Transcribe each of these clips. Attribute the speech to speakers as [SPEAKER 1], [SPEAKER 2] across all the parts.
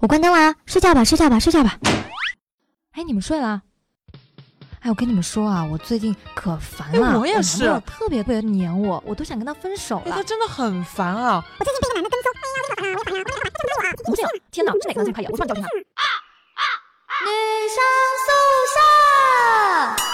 [SPEAKER 1] 我关灯啦，睡觉吧，睡觉吧，睡觉吧。哎，你们睡了？哎，我跟你们说啊，我最近可烦了，
[SPEAKER 2] 哎 我也
[SPEAKER 1] 男
[SPEAKER 2] 是
[SPEAKER 1] 朋友特别特别黏我，我都想跟他分手
[SPEAKER 2] 哎，
[SPEAKER 1] 了
[SPEAKER 2] 他。真的很烦啊！
[SPEAKER 1] 哎啊我这样，天哪，是哪个男生拍的？我突然叫停了。啊
[SPEAKER 3] 女生宿舍。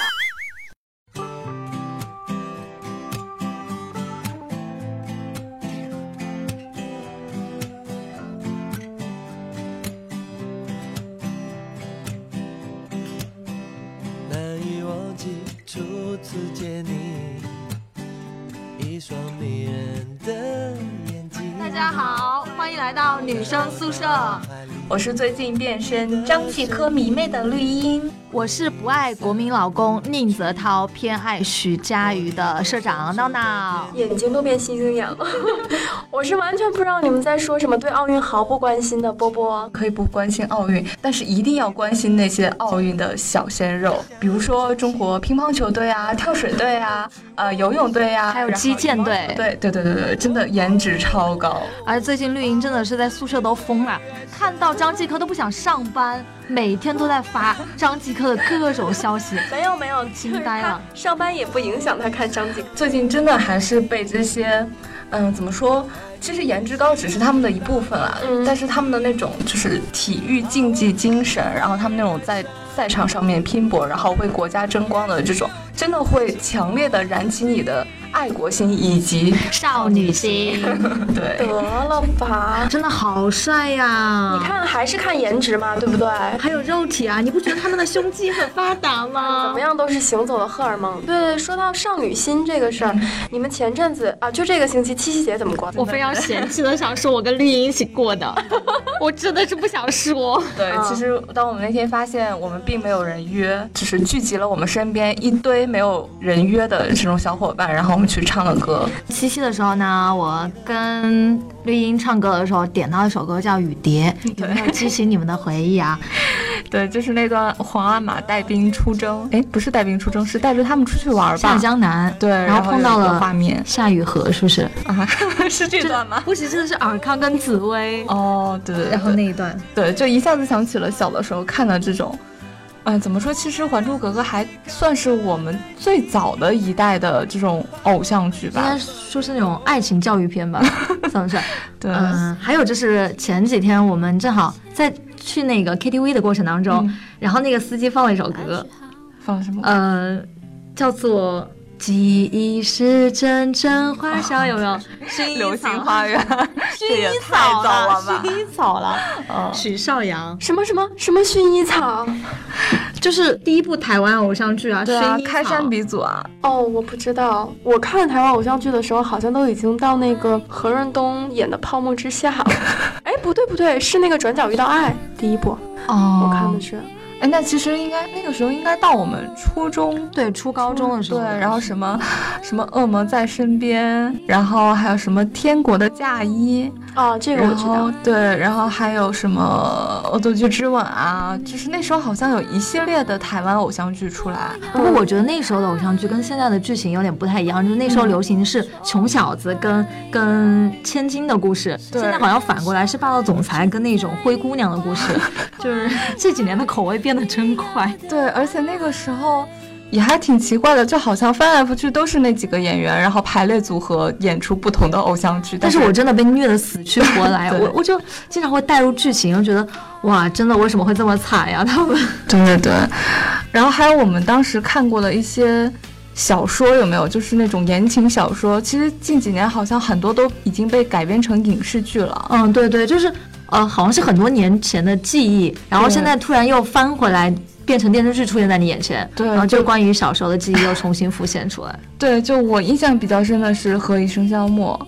[SPEAKER 4] 难以忘记初次见你，一双迷人的眼睛。
[SPEAKER 5] 大家，好，欢迎来到女生宿舍。
[SPEAKER 6] 我是最近变身瘴气科迷妹的绿茵，
[SPEAKER 5] 我是不爱国民老公宁泽涛，偏爱徐嘉余的社长闹闹。
[SPEAKER 6] 眼睛都变星星眼 了。我是完全不知道你们在说什么，对奥运毫不关心的波波。可以不关心奥运，但是一定要关心那些奥运的小鲜肉，比如说中国乒乓球队啊、跳水队啊、呃游泳队啊，
[SPEAKER 5] 还有
[SPEAKER 6] 然后
[SPEAKER 5] 击剑队
[SPEAKER 6] 对对对对对，真的颜值超高。
[SPEAKER 5] 而最近绿茵真的是在宿舍都疯了，看到张继科都不想上班，每天都在发张继科的各种消息。
[SPEAKER 6] 没有没有，
[SPEAKER 5] 惊呆了。
[SPEAKER 6] 上班也不影响他看张景。最近真的还是被这些，嗯，怎么说？其实颜值高只是他们的一部分啦，
[SPEAKER 5] 嗯
[SPEAKER 6] 但是他们的那种就是体育竞技精神，然后他们那种在赛场上面拼搏，然后为国家争光的这种，真的会强烈的燃起你的爱国心以及
[SPEAKER 5] 少女心，
[SPEAKER 7] 得
[SPEAKER 6] 对。
[SPEAKER 7] 了吧，
[SPEAKER 5] 真的好帅呀、
[SPEAKER 7] 你看还是看颜值嘛，对不对？
[SPEAKER 5] 还有肉体啊，你不觉得他们的胸肌很发达
[SPEAKER 7] 怎
[SPEAKER 5] 吗
[SPEAKER 7] 么？样都是行走的荷尔蒙。对，说到少女心这个事儿，你们前阵子啊，就这个星期七夕节怎么过？
[SPEAKER 5] 嗯我非常嫌弃的想说，我跟绿茵一起过的，我真的是不想说。
[SPEAKER 6] 对，其实当我们那天发现我们并没有人约，只是聚集了我们身边一堆没有人约的这种小伙伴，然后我们去唱了歌。
[SPEAKER 5] 七夕的时候呢，我跟绿茵唱歌的时候点到一首歌叫《雨蝶》，有没有激起你们的回忆啊？
[SPEAKER 6] 对，就是那段皇阿玛带兵出征，哎，不是带兵出征，是带着他们出去玩儿
[SPEAKER 5] 下
[SPEAKER 6] 吧？
[SPEAKER 5] 江南，
[SPEAKER 6] 对，
[SPEAKER 5] 然后碰到
[SPEAKER 6] 有一个
[SPEAKER 5] 了
[SPEAKER 6] 画面
[SPEAKER 5] 夏雨荷，是不是？
[SPEAKER 6] 啊， 是这段吗？
[SPEAKER 5] 不是，真的是尔康跟紫薇。
[SPEAKER 6] 哦，对对对，然后
[SPEAKER 5] 一段，
[SPEAKER 6] 对，就一下子想起了小的时候看的这种，呃，怎么说？其实《还珠格格》还算是我们最早的一代的这种偶像剧
[SPEAKER 5] 应该
[SPEAKER 6] 吧？
[SPEAKER 5] 说是那种爱情教育片吧，算不算？
[SPEAKER 6] 对，
[SPEAKER 5] 嗯，还有就是前几天我们正好在去那个 KTV 的过程当中，
[SPEAKER 6] 嗯
[SPEAKER 5] 然后那个司机放了一首歌，
[SPEAKER 6] 放什么？
[SPEAKER 5] 呃，叫做《记忆是阵阵花香》，有没 有？薰衣
[SPEAKER 6] 流
[SPEAKER 5] 草啊
[SPEAKER 6] 星花园，这也太早了吧？
[SPEAKER 5] 薰衣草了，
[SPEAKER 6] 哦
[SPEAKER 5] 许绍洋，
[SPEAKER 7] 什么什么什么薰衣草？
[SPEAKER 5] 就是第一部台湾偶像剧啊，
[SPEAKER 6] 对啊
[SPEAKER 5] 薰衣，草
[SPEAKER 6] 开山鼻祖啊！
[SPEAKER 7] 哦，我不知道。我看台湾偶像剧的时候，好像都已经到那个何润东演的《泡沫之夏》了。 哎，不对不对，是那个《转角遇到爱》第一部，
[SPEAKER 5] 哦，
[SPEAKER 7] 我看的是。
[SPEAKER 6] 哎，那其实应该那个时候应该到我们初中。
[SPEAKER 5] 对初高中的时候，
[SPEAKER 6] 对，然后什么，什么恶魔在身边，然后还有什么天国的嫁衣，
[SPEAKER 7] 啊，这个我
[SPEAKER 6] 然
[SPEAKER 7] 知道
[SPEAKER 6] 后。对，然后还有什么恶作剧之吻啊，就是那时候好像有一系列的台湾偶像剧出来。
[SPEAKER 5] 不过我觉得那时候的偶像剧跟现在的剧情有点不太一样，就是那时候流行是穷小子跟跟千金的故事，现
[SPEAKER 6] 对
[SPEAKER 5] 在好像反过来是霸道总裁跟那种灰姑娘的故 事，就是这几年的口味变得真快。
[SPEAKER 6] 对，而且那个时候也还挺奇怪的，就好像翻来覆去都是那几个演员，然后排列组合演出不同的偶像剧。
[SPEAKER 5] 但是我真的被虐得死去活 来，
[SPEAKER 6] 对
[SPEAKER 5] 我我就经常会带入剧情，就觉得哇，真的为什么会这么惨呀、他们
[SPEAKER 6] 对对对，然后还有我们当时看过的一些小说，有没有？就是那种言情小说，其实近几年好像很多都已经被改编成影视剧了。
[SPEAKER 5] 嗯，对对，就是呃，好像是很多年前的记忆，然后现在突然又翻回来。变成电视剧出现在你眼前，
[SPEAKER 6] 对
[SPEAKER 5] 然后就
[SPEAKER 6] 就
[SPEAKER 5] 关于小时候的记忆又重新浮现出 来。
[SPEAKER 6] 对，就我印象比较深的是《何以笙箫默》，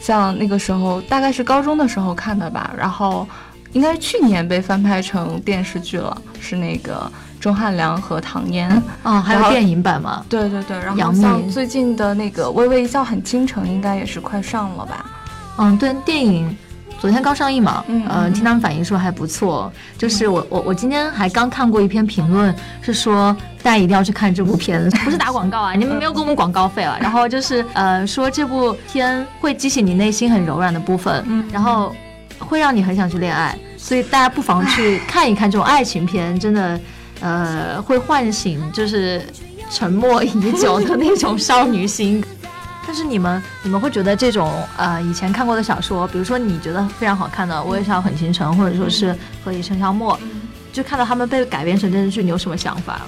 [SPEAKER 6] 像那个时候大概是高中的时候看的吧，然后应该是去年被翻拍成电视剧了，是那个钟汉良和唐嫣。
[SPEAKER 5] 哦，还有
[SPEAKER 6] 然后
[SPEAKER 5] 电影版吗？
[SPEAKER 6] 对对对，然
[SPEAKER 5] 杨
[SPEAKER 6] 后
[SPEAKER 5] 幂
[SPEAKER 6] 像最近的那个《微微一笑很倾城》，应该也是快上了吧？
[SPEAKER 5] 嗯，对，电影昨天刚上映嘛，
[SPEAKER 6] 嗯
[SPEAKER 5] 呃，
[SPEAKER 6] 嗯
[SPEAKER 5] 听他们反映说还不错。就是我我我今天还刚看过一篇评论，是说大家一定要去看这部片， 不是打广告啊，你们没有给我们广告费啊了。然后就是呃，说这部
[SPEAKER 6] 嗯
[SPEAKER 5] 片会激起你内心很柔软的部分，然后会让你很想去恋爱。所以大家不妨去看一看这种爱情片，真的，呃，会唤醒就是沉默已久的那种少女心。但是你们，你们会觉得这种呃以前看过的小说，比如说你觉得非常好看的《我也是要很倾城》，或者说是《何以笙箫默》，就看到他们被改编成电视剧，你有什么想法？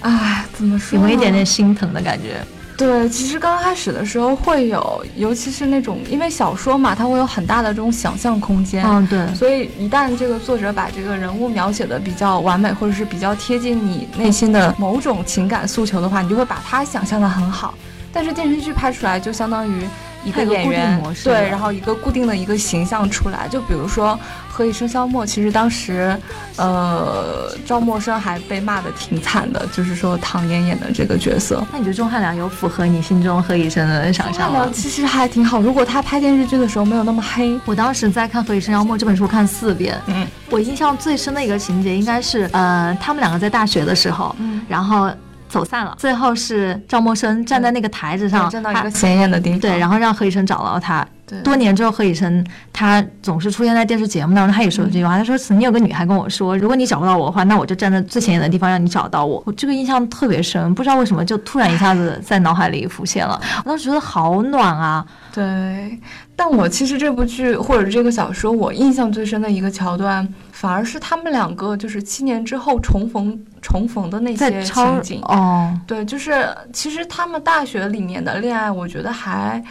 [SPEAKER 6] 哎，怎么说
[SPEAKER 5] 有
[SPEAKER 6] 呢？
[SPEAKER 5] 没有一点点心疼的感觉？
[SPEAKER 6] 对，其实刚开始的时候会有，尤其是那种因为小说嘛，它会有很大的这种想象空间。
[SPEAKER 5] 嗯，对，
[SPEAKER 6] 所以一旦这个作者把这个人物描写的比较完美，或者是比较贴近你内心的某种情感诉求的话，你就会把他想象的很好。但是电视剧拍出来就相当于一
[SPEAKER 5] 它
[SPEAKER 6] 个
[SPEAKER 5] 有个
[SPEAKER 6] 演
[SPEAKER 5] 固定
[SPEAKER 6] 员
[SPEAKER 5] 模式
[SPEAKER 6] 对，
[SPEAKER 5] 了
[SPEAKER 6] 然后一个固定的一个形象出来。就比如说《何以笙箫默》，其实当时呃赵默笙还被骂的挺惨的，就是说唐嫣演的这个角色。
[SPEAKER 5] 那你觉得钟汉良有符合你心中何以笙的想象
[SPEAKER 6] 善
[SPEAKER 5] 吗
[SPEAKER 6] 良？啊其实还挺好，如果他拍电视剧的时候没有那么黑，
[SPEAKER 5] 我当时在看《何以笙箫默》这本书，我看四遍。
[SPEAKER 6] 嗯，
[SPEAKER 5] 我印象最深的一个情节应该是，呃，他们两个在大学的时候，
[SPEAKER 6] 嗯
[SPEAKER 5] 然后走散了。最后是赵默笙站在那个台子上，
[SPEAKER 6] 站到一
[SPEAKER 5] 他
[SPEAKER 6] 个显眼的地方，
[SPEAKER 5] 对，然后让何以琛找到他。
[SPEAKER 6] 对
[SPEAKER 5] 多年之后，何以琛他总是出现在电视节目当中，他也说了这句话。他说：“曾经有个女孩跟我说，如果你找不到我的话，那我就站在最显眼的地方让你找到我。”我这个印象特别深，不知道为什么就突然一下子在脑海里浮现了。我当时觉得好暖啊！
[SPEAKER 6] 对，但我其实这部剧或者这个小说，我印象最深的一个桥段，反而是他们两个就是七年之后重逢重逢的那
[SPEAKER 5] 在
[SPEAKER 6] 些
[SPEAKER 5] 超
[SPEAKER 6] 情景。
[SPEAKER 5] 哦，
[SPEAKER 6] 对，就是其实他们大学里面的恋爱，我觉得还。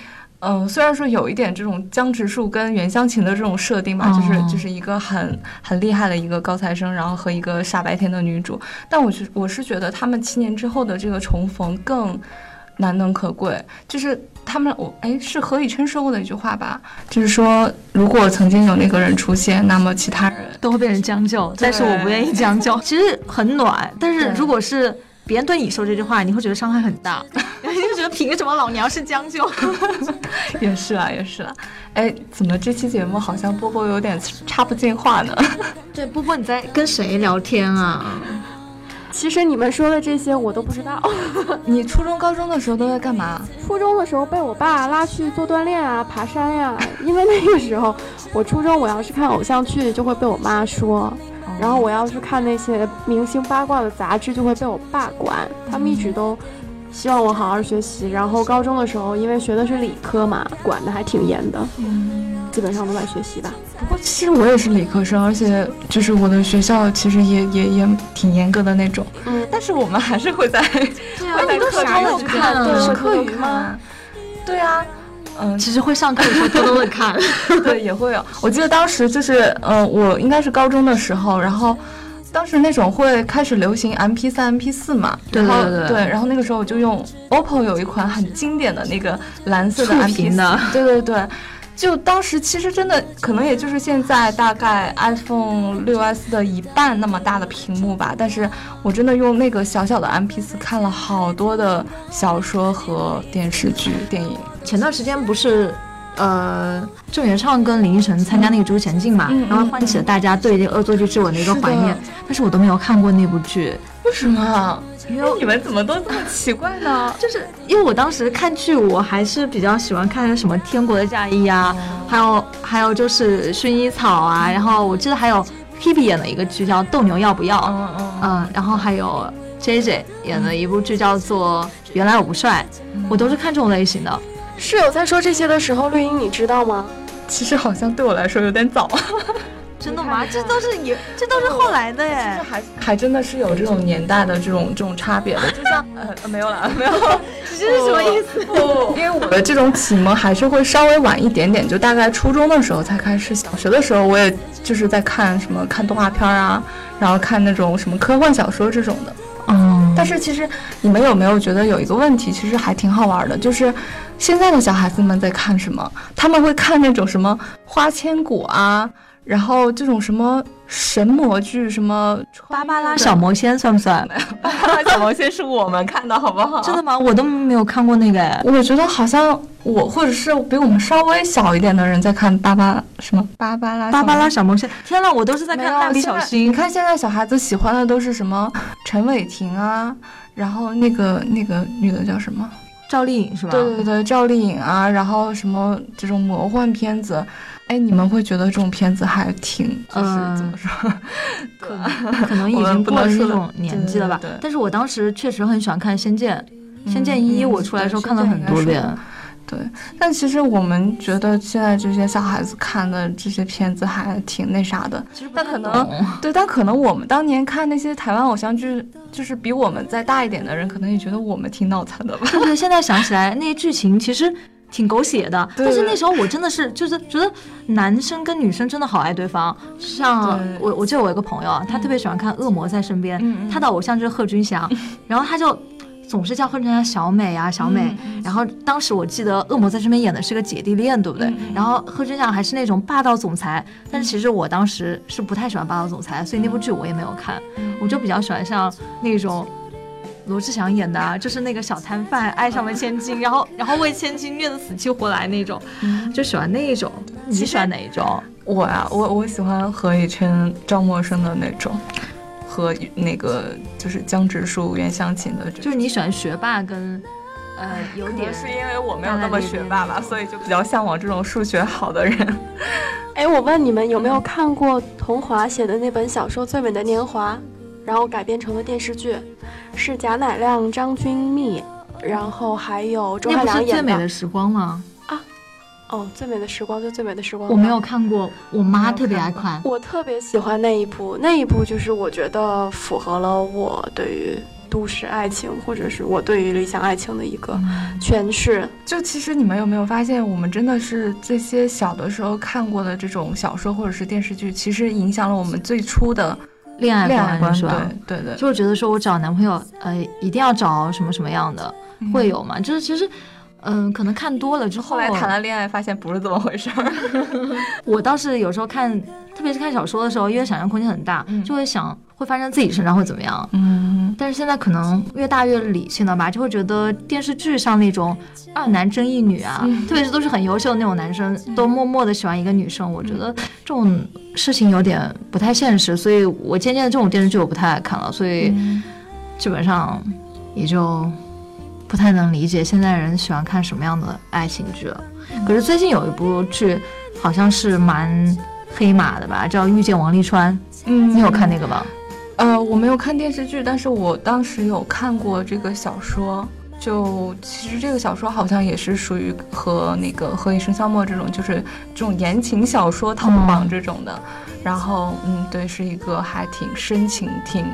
[SPEAKER 6] 嗯，虽然说有一点这种江直树跟袁湘琴的这种设定吧，就是
[SPEAKER 5] 哦
[SPEAKER 6] 就是一个很很厉害的一个高材生，然后和一个傻白甜的女主，但我是我是觉得他们七年之后的这个重逢更难能可贵，就是他们我哎是何以琛说过的一句话吧，就是说如果曾经有那个人出现，那么其他人
[SPEAKER 5] 都会被人将就，但是我不愿意将就。其实很暖，但是
[SPEAKER 6] 对
[SPEAKER 5] 如果是别人对你说这句话，你会觉得伤害很大， 你就觉得凭什么老娘是将就？
[SPEAKER 6] 也是啊也是啊，哎怎么这期节目好像波波有点插不进话呢？
[SPEAKER 5] 对，波波你在跟谁聊天啊？
[SPEAKER 7] 其实你们说的这些我都不知道。哦
[SPEAKER 6] 你初中高中的时候都在干嘛？
[SPEAKER 7] 初中的时候被我爸拉去做锻炼啊、爬山呀、因为那个时候我初中我要是看偶像剧就会被我妈说，然后我要是看那些明星八卦的杂志就会被我爸管，他们一直都希望我好好学习。然后高中的时候因为学的是理科嘛，管的还挺严的，
[SPEAKER 5] 嗯
[SPEAKER 7] 基本上都在学习吧。
[SPEAKER 6] 不过其实我也是理科生，而且就是我的学校其实也也也挺严格的那种，
[SPEAKER 7] 嗯，
[SPEAKER 6] 但是我们还是会在
[SPEAKER 7] 对啊
[SPEAKER 6] 会在课
[SPEAKER 5] 啥
[SPEAKER 6] 桌
[SPEAKER 5] 哎都
[SPEAKER 6] 之间
[SPEAKER 5] 看
[SPEAKER 6] 对
[SPEAKER 5] 是
[SPEAKER 6] 我
[SPEAKER 7] 课
[SPEAKER 6] 都
[SPEAKER 7] 余
[SPEAKER 6] 看
[SPEAKER 7] 吗
[SPEAKER 6] 啊？对啊，嗯，
[SPEAKER 5] 其实会上课的时候偷偷的看，
[SPEAKER 6] 对，也会有。我记得当时就是，呃，我应该是高中的时候，然后当时那种会开始流行 MP 三、MP 四嘛，
[SPEAKER 5] 对
[SPEAKER 6] 然后
[SPEAKER 5] 对对对
[SPEAKER 6] 对，然后那个时候我就用 OPPO 有一款很经典的那个蓝色的
[SPEAKER 5] 触
[SPEAKER 6] MP
[SPEAKER 5] 屏
[SPEAKER 6] 四，
[SPEAKER 5] 的
[SPEAKER 6] 对对对。就当时其实真的可能也就是现在大概 iPhone 六 S 的一半那么大的屏幕吧，但是我真的用那个小小的 MP 四看了好多的小说和电视剧、电影。
[SPEAKER 5] 前段时间不是。呃，郑元畅跟林依晨参加那个《逐日前进》嘛，
[SPEAKER 6] 嗯嗯
[SPEAKER 5] 然后唤起了大家对这个《恶作剧之吻》的一个
[SPEAKER 6] 是的
[SPEAKER 5] 怀念，但是我都没有看过那部剧，
[SPEAKER 6] 为什么？
[SPEAKER 5] 因为
[SPEAKER 6] 哎你们怎么都这么奇怪呢？
[SPEAKER 5] 就是因为我当时看剧，我还是比较喜欢看什么《天国的嫁衣》啊，还有还有就是《薰衣草》啊，然后我记得还有 Hebe 演的一个剧叫《斗牛要不要》，
[SPEAKER 6] 嗯嗯
[SPEAKER 5] 嗯，然后还有 J J 演的一部剧叫做《原来我不帅》，我都是看这种类型的。
[SPEAKER 7] 室友在说这些的时候，绿茵你知道吗？
[SPEAKER 6] 其实好像对我来说有点早，啊
[SPEAKER 5] 真的吗？这都是也，这都是后来的耶。
[SPEAKER 6] 还还真的是有这种年代的这种这种差别的，就像呃没有了没有，
[SPEAKER 5] 这是什么意思？
[SPEAKER 6] 因为我的这种启蒙还是会稍微晚一点点，就大概初中的时候才开始，小学的时候我也就是在看什么看动画片啊，然后看那种什么科幻小说这种的。
[SPEAKER 5] 嗯，
[SPEAKER 6] 但是其实你们有没有觉得有一个问题，其实还挺好玩的，就是现在的小孩子们在看什么？他们会看那种什么花千骨啊，然后这种什么神魔剧，什么
[SPEAKER 5] 芭芭拉小魔仙算不算？
[SPEAKER 6] 芭芭拉小魔仙是我们看的，好不好？
[SPEAKER 5] 真的。吗？我都没有看过那个哎。
[SPEAKER 6] 我觉得好像我或者是比我们稍微小一点的人在看芭芭什么芭芭拉小
[SPEAKER 5] 芭芭拉
[SPEAKER 6] 魔仙
[SPEAKER 5] 小魔仙，天呐，我都是啊在
[SPEAKER 6] 没
[SPEAKER 5] 看
[SPEAKER 6] 有
[SPEAKER 5] 蜡笔
[SPEAKER 6] 现
[SPEAKER 5] 小
[SPEAKER 6] 在
[SPEAKER 5] 新
[SPEAKER 6] 你。看现在小孩子喜欢的都是什么陈伟霆啊，然后那个那个女的叫什么？
[SPEAKER 5] 赵丽颖是吧？
[SPEAKER 6] 对对对，赵丽颖啊，然后什么这种魔幻片子，哎，你们会觉得这种片子还挺就是
[SPEAKER 5] 嗯
[SPEAKER 6] 怎么说？
[SPEAKER 5] 可
[SPEAKER 6] 对
[SPEAKER 5] 能
[SPEAKER 6] 啊
[SPEAKER 5] 可能已
[SPEAKER 6] 我
[SPEAKER 5] 经
[SPEAKER 6] 们不
[SPEAKER 5] 过了
[SPEAKER 6] 能
[SPEAKER 5] 那
[SPEAKER 6] 说
[SPEAKER 5] 种年纪了吧
[SPEAKER 6] 对对对。
[SPEAKER 5] 但是我当时确实很喜欢看《仙剑》，《仙剑
[SPEAKER 6] 嗯
[SPEAKER 5] 一》
[SPEAKER 6] 嗯
[SPEAKER 5] 我出来的时候
[SPEAKER 6] 对
[SPEAKER 5] 看了
[SPEAKER 6] 仙
[SPEAKER 5] 很
[SPEAKER 6] 剑
[SPEAKER 5] 多
[SPEAKER 6] 应该是
[SPEAKER 5] 遍。
[SPEAKER 6] 但其实我们觉得现在这些小孩子看的这些片子还挺那啥的，
[SPEAKER 5] 其实不
[SPEAKER 6] 但
[SPEAKER 5] 太
[SPEAKER 6] 可能
[SPEAKER 5] 懂
[SPEAKER 6] 对，但可能我们当年看那些台湾偶像剧，就是比我们再大一点的人，可能也觉得我们挺脑残的吧。
[SPEAKER 5] 对对，现在想起来那些剧情其实挺狗血的，
[SPEAKER 6] 对
[SPEAKER 5] 但是那时候我真的是就是觉得男生跟女生真的好爱对方。像
[SPEAKER 6] 对
[SPEAKER 5] 我我记得我有个朋友啊，他特别喜欢看《恶魔在身边》，
[SPEAKER 6] 嗯嗯
[SPEAKER 5] 他的偶像就是贺军 翔，然后他就总是叫贺军翔小美啊小美。然后当时我记得《恶魔在身边》演的是个姐弟恋，对不对？然后贺军翔还是那种霸道总裁，但是其实我当时是不太喜欢霸道总裁，所以那部剧我也没有看，我就比较喜欢像那种罗志祥演的、啊，就是那个小摊贩爱上了千金，然后然后为千金虐得死去活来那种，就喜欢那一种。你喜欢哪一种？
[SPEAKER 6] 我啊，我我喜欢何以琛、张默生的那种，和那个就是江直树、袁湘琴的这
[SPEAKER 5] 就
[SPEAKER 6] 种。
[SPEAKER 5] 是你喜欢学霸跟呃有
[SPEAKER 6] 可
[SPEAKER 5] 点
[SPEAKER 6] 能是因为我没
[SPEAKER 5] 大
[SPEAKER 6] 有
[SPEAKER 5] 大
[SPEAKER 6] 那么
[SPEAKER 5] 咧咧
[SPEAKER 6] 学霸吧，所以就比较向往这种数学好的人。
[SPEAKER 7] 哎，我问你们有没有看过桐华写的那本小说《最美的年华》，然后改编成了电视剧，是贾乃亮、张钧甯，然后还有周
[SPEAKER 5] 那不
[SPEAKER 7] 汉良
[SPEAKER 5] 是最
[SPEAKER 7] 演
[SPEAKER 5] 美的时光吗？
[SPEAKER 7] 哦，《最美的时光》就《最美的时光》。
[SPEAKER 5] 我没有，看过，我妈
[SPEAKER 6] 没有
[SPEAKER 5] 特别爱
[SPEAKER 6] 看过
[SPEAKER 5] 看。
[SPEAKER 7] 我特别喜欢那一部，那一部就是我觉得符合了我对于都市爱情或者是我对于理想爱情的一个诠释。
[SPEAKER 6] 就其实你们有没有发现，我们真的是这些小的时候看过的这种小说或者是电视剧，其实影响了我们最初的
[SPEAKER 5] 恋爱
[SPEAKER 6] 恋爱观
[SPEAKER 5] 观是吧？？
[SPEAKER 6] 对对对，
[SPEAKER 5] 就我觉得说我找男朋友，呃，一定要找什么什么样的，会有嘛？就是其实，嗯、可能看多了之后，
[SPEAKER 6] 后来谈了恋爱，发现不是这么回事儿。
[SPEAKER 5] 我倒是有时候看，特别是看小说的时候，因为想象空间很大，
[SPEAKER 6] 嗯
[SPEAKER 5] 就会想会发生自己身上会怎么样。
[SPEAKER 6] 嗯，
[SPEAKER 5] 但是现在可能越大越理性了吧，就会觉得电视剧上那种二男争一女啊，
[SPEAKER 6] 嗯
[SPEAKER 5] 特别是都是很优秀的那种男生，都默默的喜欢一个女生，
[SPEAKER 6] 嗯
[SPEAKER 5] 我觉得这种事情有点不太现实，所以我渐渐的这种电视剧我不太爱看了，所以基本上也就不太能理解现在人喜欢看什么样的爱情剧了。可是最近有一部剧好像是蛮黑马的吧，叫《遇见王沥川》，
[SPEAKER 6] 嗯
[SPEAKER 5] 你有看那个吗？
[SPEAKER 6] 呃，我没有看电视剧，但是我当时有看过这个小说。就其实这个小说好像也是属于和那个《何以笙箫默》这种，就是这种言情小说 top
[SPEAKER 5] 嗯
[SPEAKER 6] 榜这种的。然后，嗯，对，是一个还挺深情、挺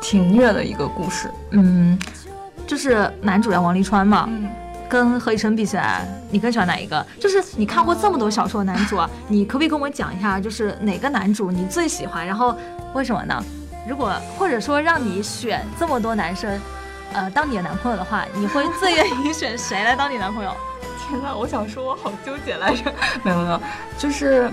[SPEAKER 6] 挺虐的一个故事。
[SPEAKER 5] 嗯，就是男主角王沥川嘛，
[SPEAKER 6] 嗯，
[SPEAKER 5] 跟何以琛比起来，你更喜欢哪一个？就是你看过这么多小说的男主啊，你可不可以跟我讲一下，就是哪个男主你最喜欢？然后为什么呢？如果或者说让你选这么多男生，呃，当你的男朋友的话，你会最 愿意选谁来当你男朋友？
[SPEAKER 6] 天呐，我想说，我好纠结来着。没有没有，就是，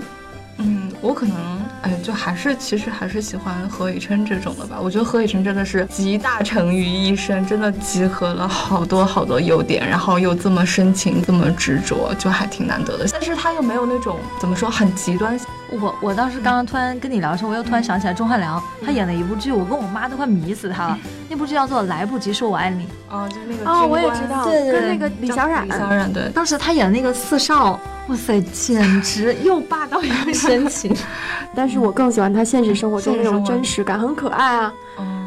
[SPEAKER 6] 嗯，我可能，哎，就还是其实还是喜欢何以琛这种的吧。我觉得何以琛真的是集大成于一身，真的集合了好多好多优点，然后又这么深情，这么执着，就还挺难得的。但是他又没有那种怎么说很极端，
[SPEAKER 5] 我我当时刚刚突然跟你聊的时候，我又突然想起来钟汉良他演的一部剧，我跟我妈都快迷死他了。那部剧叫做《来不及说我爱你》，
[SPEAKER 6] 啊、就是那个
[SPEAKER 7] 哦，我也知道，
[SPEAKER 5] 对对
[SPEAKER 7] 跟
[SPEAKER 5] 对
[SPEAKER 7] 那个李小冉
[SPEAKER 6] 李。小冉对。
[SPEAKER 5] 当时他演的那个四少，哇塞，简直又霸道又深情。
[SPEAKER 7] 但是我更喜欢他现实生活中
[SPEAKER 6] 现
[SPEAKER 7] 那
[SPEAKER 6] 实
[SPEAKER 7] 种
[SPEAKER 6] 生活
[SPEAKER 7] 真实感，很可爱啊，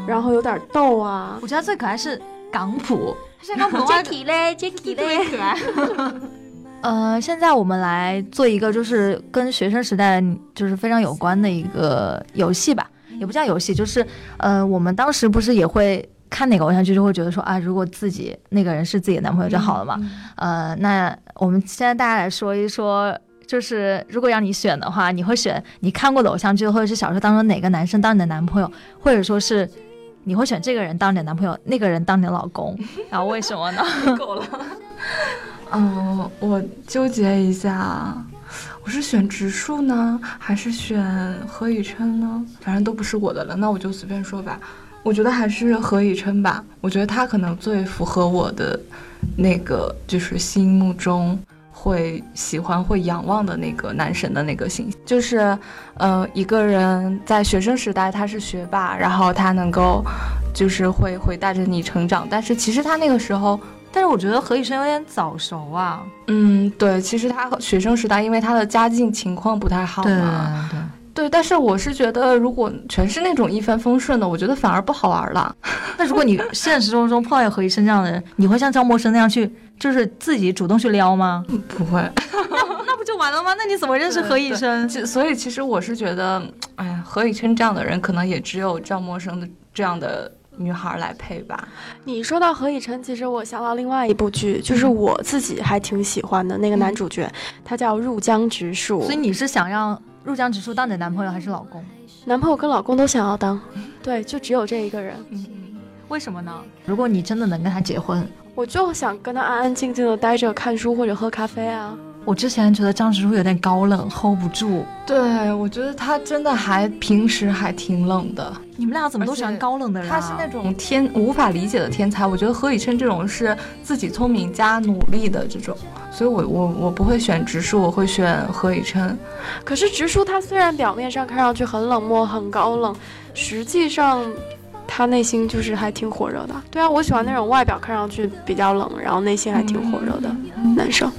[SPEAKER 7] 然后有点逗啊。
[SPEAKER 5] 我觉得最可爱是港普，香港普 通话
[SPEAKER 2] 啊
[SPEAKER 3] Jacky 嘞，Jacky 嘞。
[SPEAKER 5] 可爱。呃，现在我们来做一个就是跟学生时代就是非常有关的一个游戏吧，也不叫游戏，就是呃，我们当时不是也会看哪个偶像剧就会觉得说啊，如果自己那个人是自己的男朋
[SPEAKER 6] 嗯
[SPEAKER 5] 友就好了嘛。呃，那我们现在大家来说一说。就是如果让你选的话，你会选你看过的偶像剧或者是小说当中哪个男生当你的男朋友，或者说是你会选这个人当你的男朋友，那个人当你的老公，然后为什么呢？
[SPEAKER 6] 够了。嗯，我纠结一下，我是选植树呢，还是选何以琛呢？反正都不是我的了，那我就随便说吧。我觉得还是何以琛吧，我觉得他可能最符合我的那个，就是心目中会喜欢、会仰望的那个男神的那个形象。就是，呃，一个人在学生时代他是学霸，然后他能够就是会会带着你成长，但是其实他那个时候
[SPEAKER 5] 但是我觉得何以琛有点早熟啊。
[SPEAKER 6] 嗯，对，其实他学生时代，因为他的家境情况不太好
[SPEAKER 5] 对
[SPEAKER 6] 嘛，
[SPEAKER 5] 对，
[SPEAKER 6] 对。但是我是觉得，如果全是那种一帆风顺的，我觉得反而不好玩了。
[SPEAKER 5] 那如果你现实生活中碰到有何以琛这样的人，你会像张默生那样去，就是自己主动去撩吗？
[SPEAKER 6] 不会，
[SPEAKER 5] 那不就完了吗？那你怎么认识何以琛？
[SPEAKER 6] 就所 以其实我是觉得，哎呀，何以琛这样的人，可能也只有赵默笙的这样的女孩来配吧。
[SPEAKER 7] 你说到何以琛，其实我想到另外一部剧，就是我自己还挺喜欢的那个男主角，他叫入江直树
[SPEAKER 5] 所以，你是想让入江直树当你的男朋友还是老公？
[SPEAKER 7] 男朋友跟老公都想要当，对，就只有这一个人，
[SPEAKER 6] 嗯
[SPEAKER 5] 为什么呢？如果你真的能跟他结婚，
[SPEAKER 7] 我就想跟他安安静静的待着看书或者喝咖啡啊。
[SPEAKER 5] 我之前觉得张直树有点高冷，hold 不住。
[SPEAKER 6] 对，我觉得他真的还平时还挺冷的。
[SPEAKER 5] 你们俩怎么都喜欢高冷的人、啊？
[SPEAKER 6] 他是那种天无法理解的天才，我觉得何以琛这种是自己聪明加努力的这种，所以我我我不会选直树，我会选何以琛。
[SPEAKER 7] 可是直树他虽然表面上看上去很冷漠、很高冷，实际上他内心就是还挺火热的。对啊，我喜欢那种外表看上去比较冷，然后内心还挺火热
[SPEAKER 6] 嗯
[SPEAKER 7] 的男生。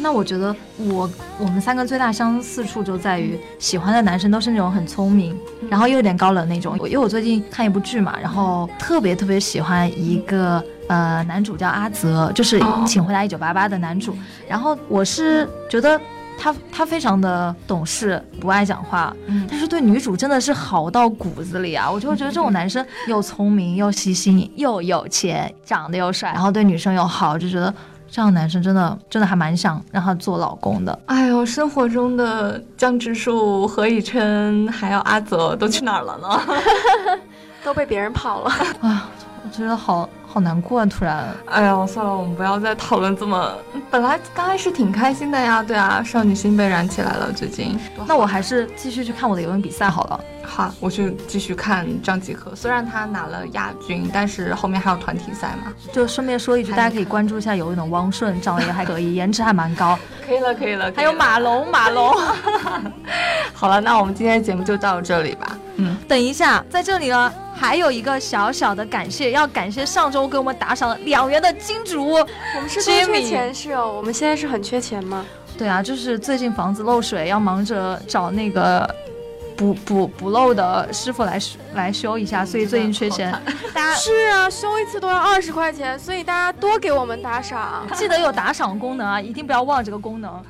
[SPEAKER 5] 那我觉得我我们三个最大相似处就在于喜欢的男生都是那种很聪明，
[SPEAKER 6] 嗯
[SPEAKER 5] 然后又有点高冷那种。因为我最近看一部剧嘛，然后特别特别喜欢一个呃男主叫阿泽，就是
[SPEAKER 6] 哦
[SPEAKER 5] 《请回答一九八八》的男主。然后我是觉得他他非常的懂事，不爱讲话，
[SPEAKER 6] 嗯
[SPEAKER 5] 但是对女主真的是好到骨子里啊！我就会觉得这
[SPEAKER 6] 嗯
[SPEAKER 5] 种男生又聪明又细心又有钱，长得又帅，然后对女生又好，就觉得这样的男生真的真的还蛮想让他做老公的。
[SPEAKER 6] 哎呦，生活中的江直树、何以琛还有阿泽都去哪儿了呢？
[SPEAKER 7] 都被别人泡了，
[SPEAKER 5] 我觉得好好难过啊！突然，
[SPEAKER 6] 哎呦，算了，我们不要再讨论这么。本来刚开始挺开心的呀，对啊，少女心被燃起来了，最近。
[SPEAKER 5] 那我还是继续去看我的游泳比赛好了。
[SPEAKER 6] 好，我去继续看张继科，虽然他拿了亚军，但是后面还有团体赛嘛。
[SPEAKER 5] 就顺便说一句，
[SPEAKER 6] 还
[SPEAKER 5] 大
[SPEAKER 6] 能
[SPEAKER 5] 家可以关注一下游泳的汪顺，长得也还可以，颜值还蛮 高，
[SPEAKER 6] 可以了，可以了，
[SPEAKER 5] 还有马龙，马龙。
[SPEAKER 6] 好了，那我们今天的节目就到这里吧。 嗯
[SPEAKER 5] 等一下，在这里呢，还有一个小小的感谢，要感谢上周给我们打赏了两元的金主。
[SPEAKER 7] 我们是
[SPEAKER 5] 多缺
[SPEAKER 7] 多缺
[SPEAKER 5] 钱
[SPEAKER 7] 钱是哦，我们现在是很缺钱吗？
[SPEAKER 5] 对啊，就是最近房子漏水，要忙着找那个补补补漏的师傅来修来修一下，所以最近缺钱。 大家
[SPEAKER 7] 是啊，收一次都要二十块钱，所以大家多给我们打赏。
[SPEAKER 5] 记得有打赏功能啊，一定不要忘了这个功能。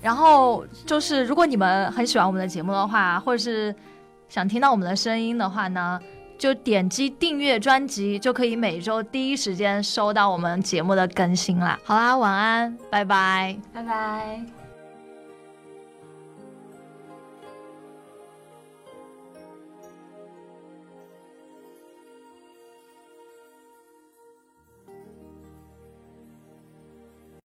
[SPEAKER 5] 然后就是，如果你们很喜欢我们的节目的话，或者是想听到我们的声音的话呢，就点击订阅专辑，就可以每周第一时间收到我们节目的更新啦。好啦，晚安，拜拜。
[SPEAKER 6] 拜拜。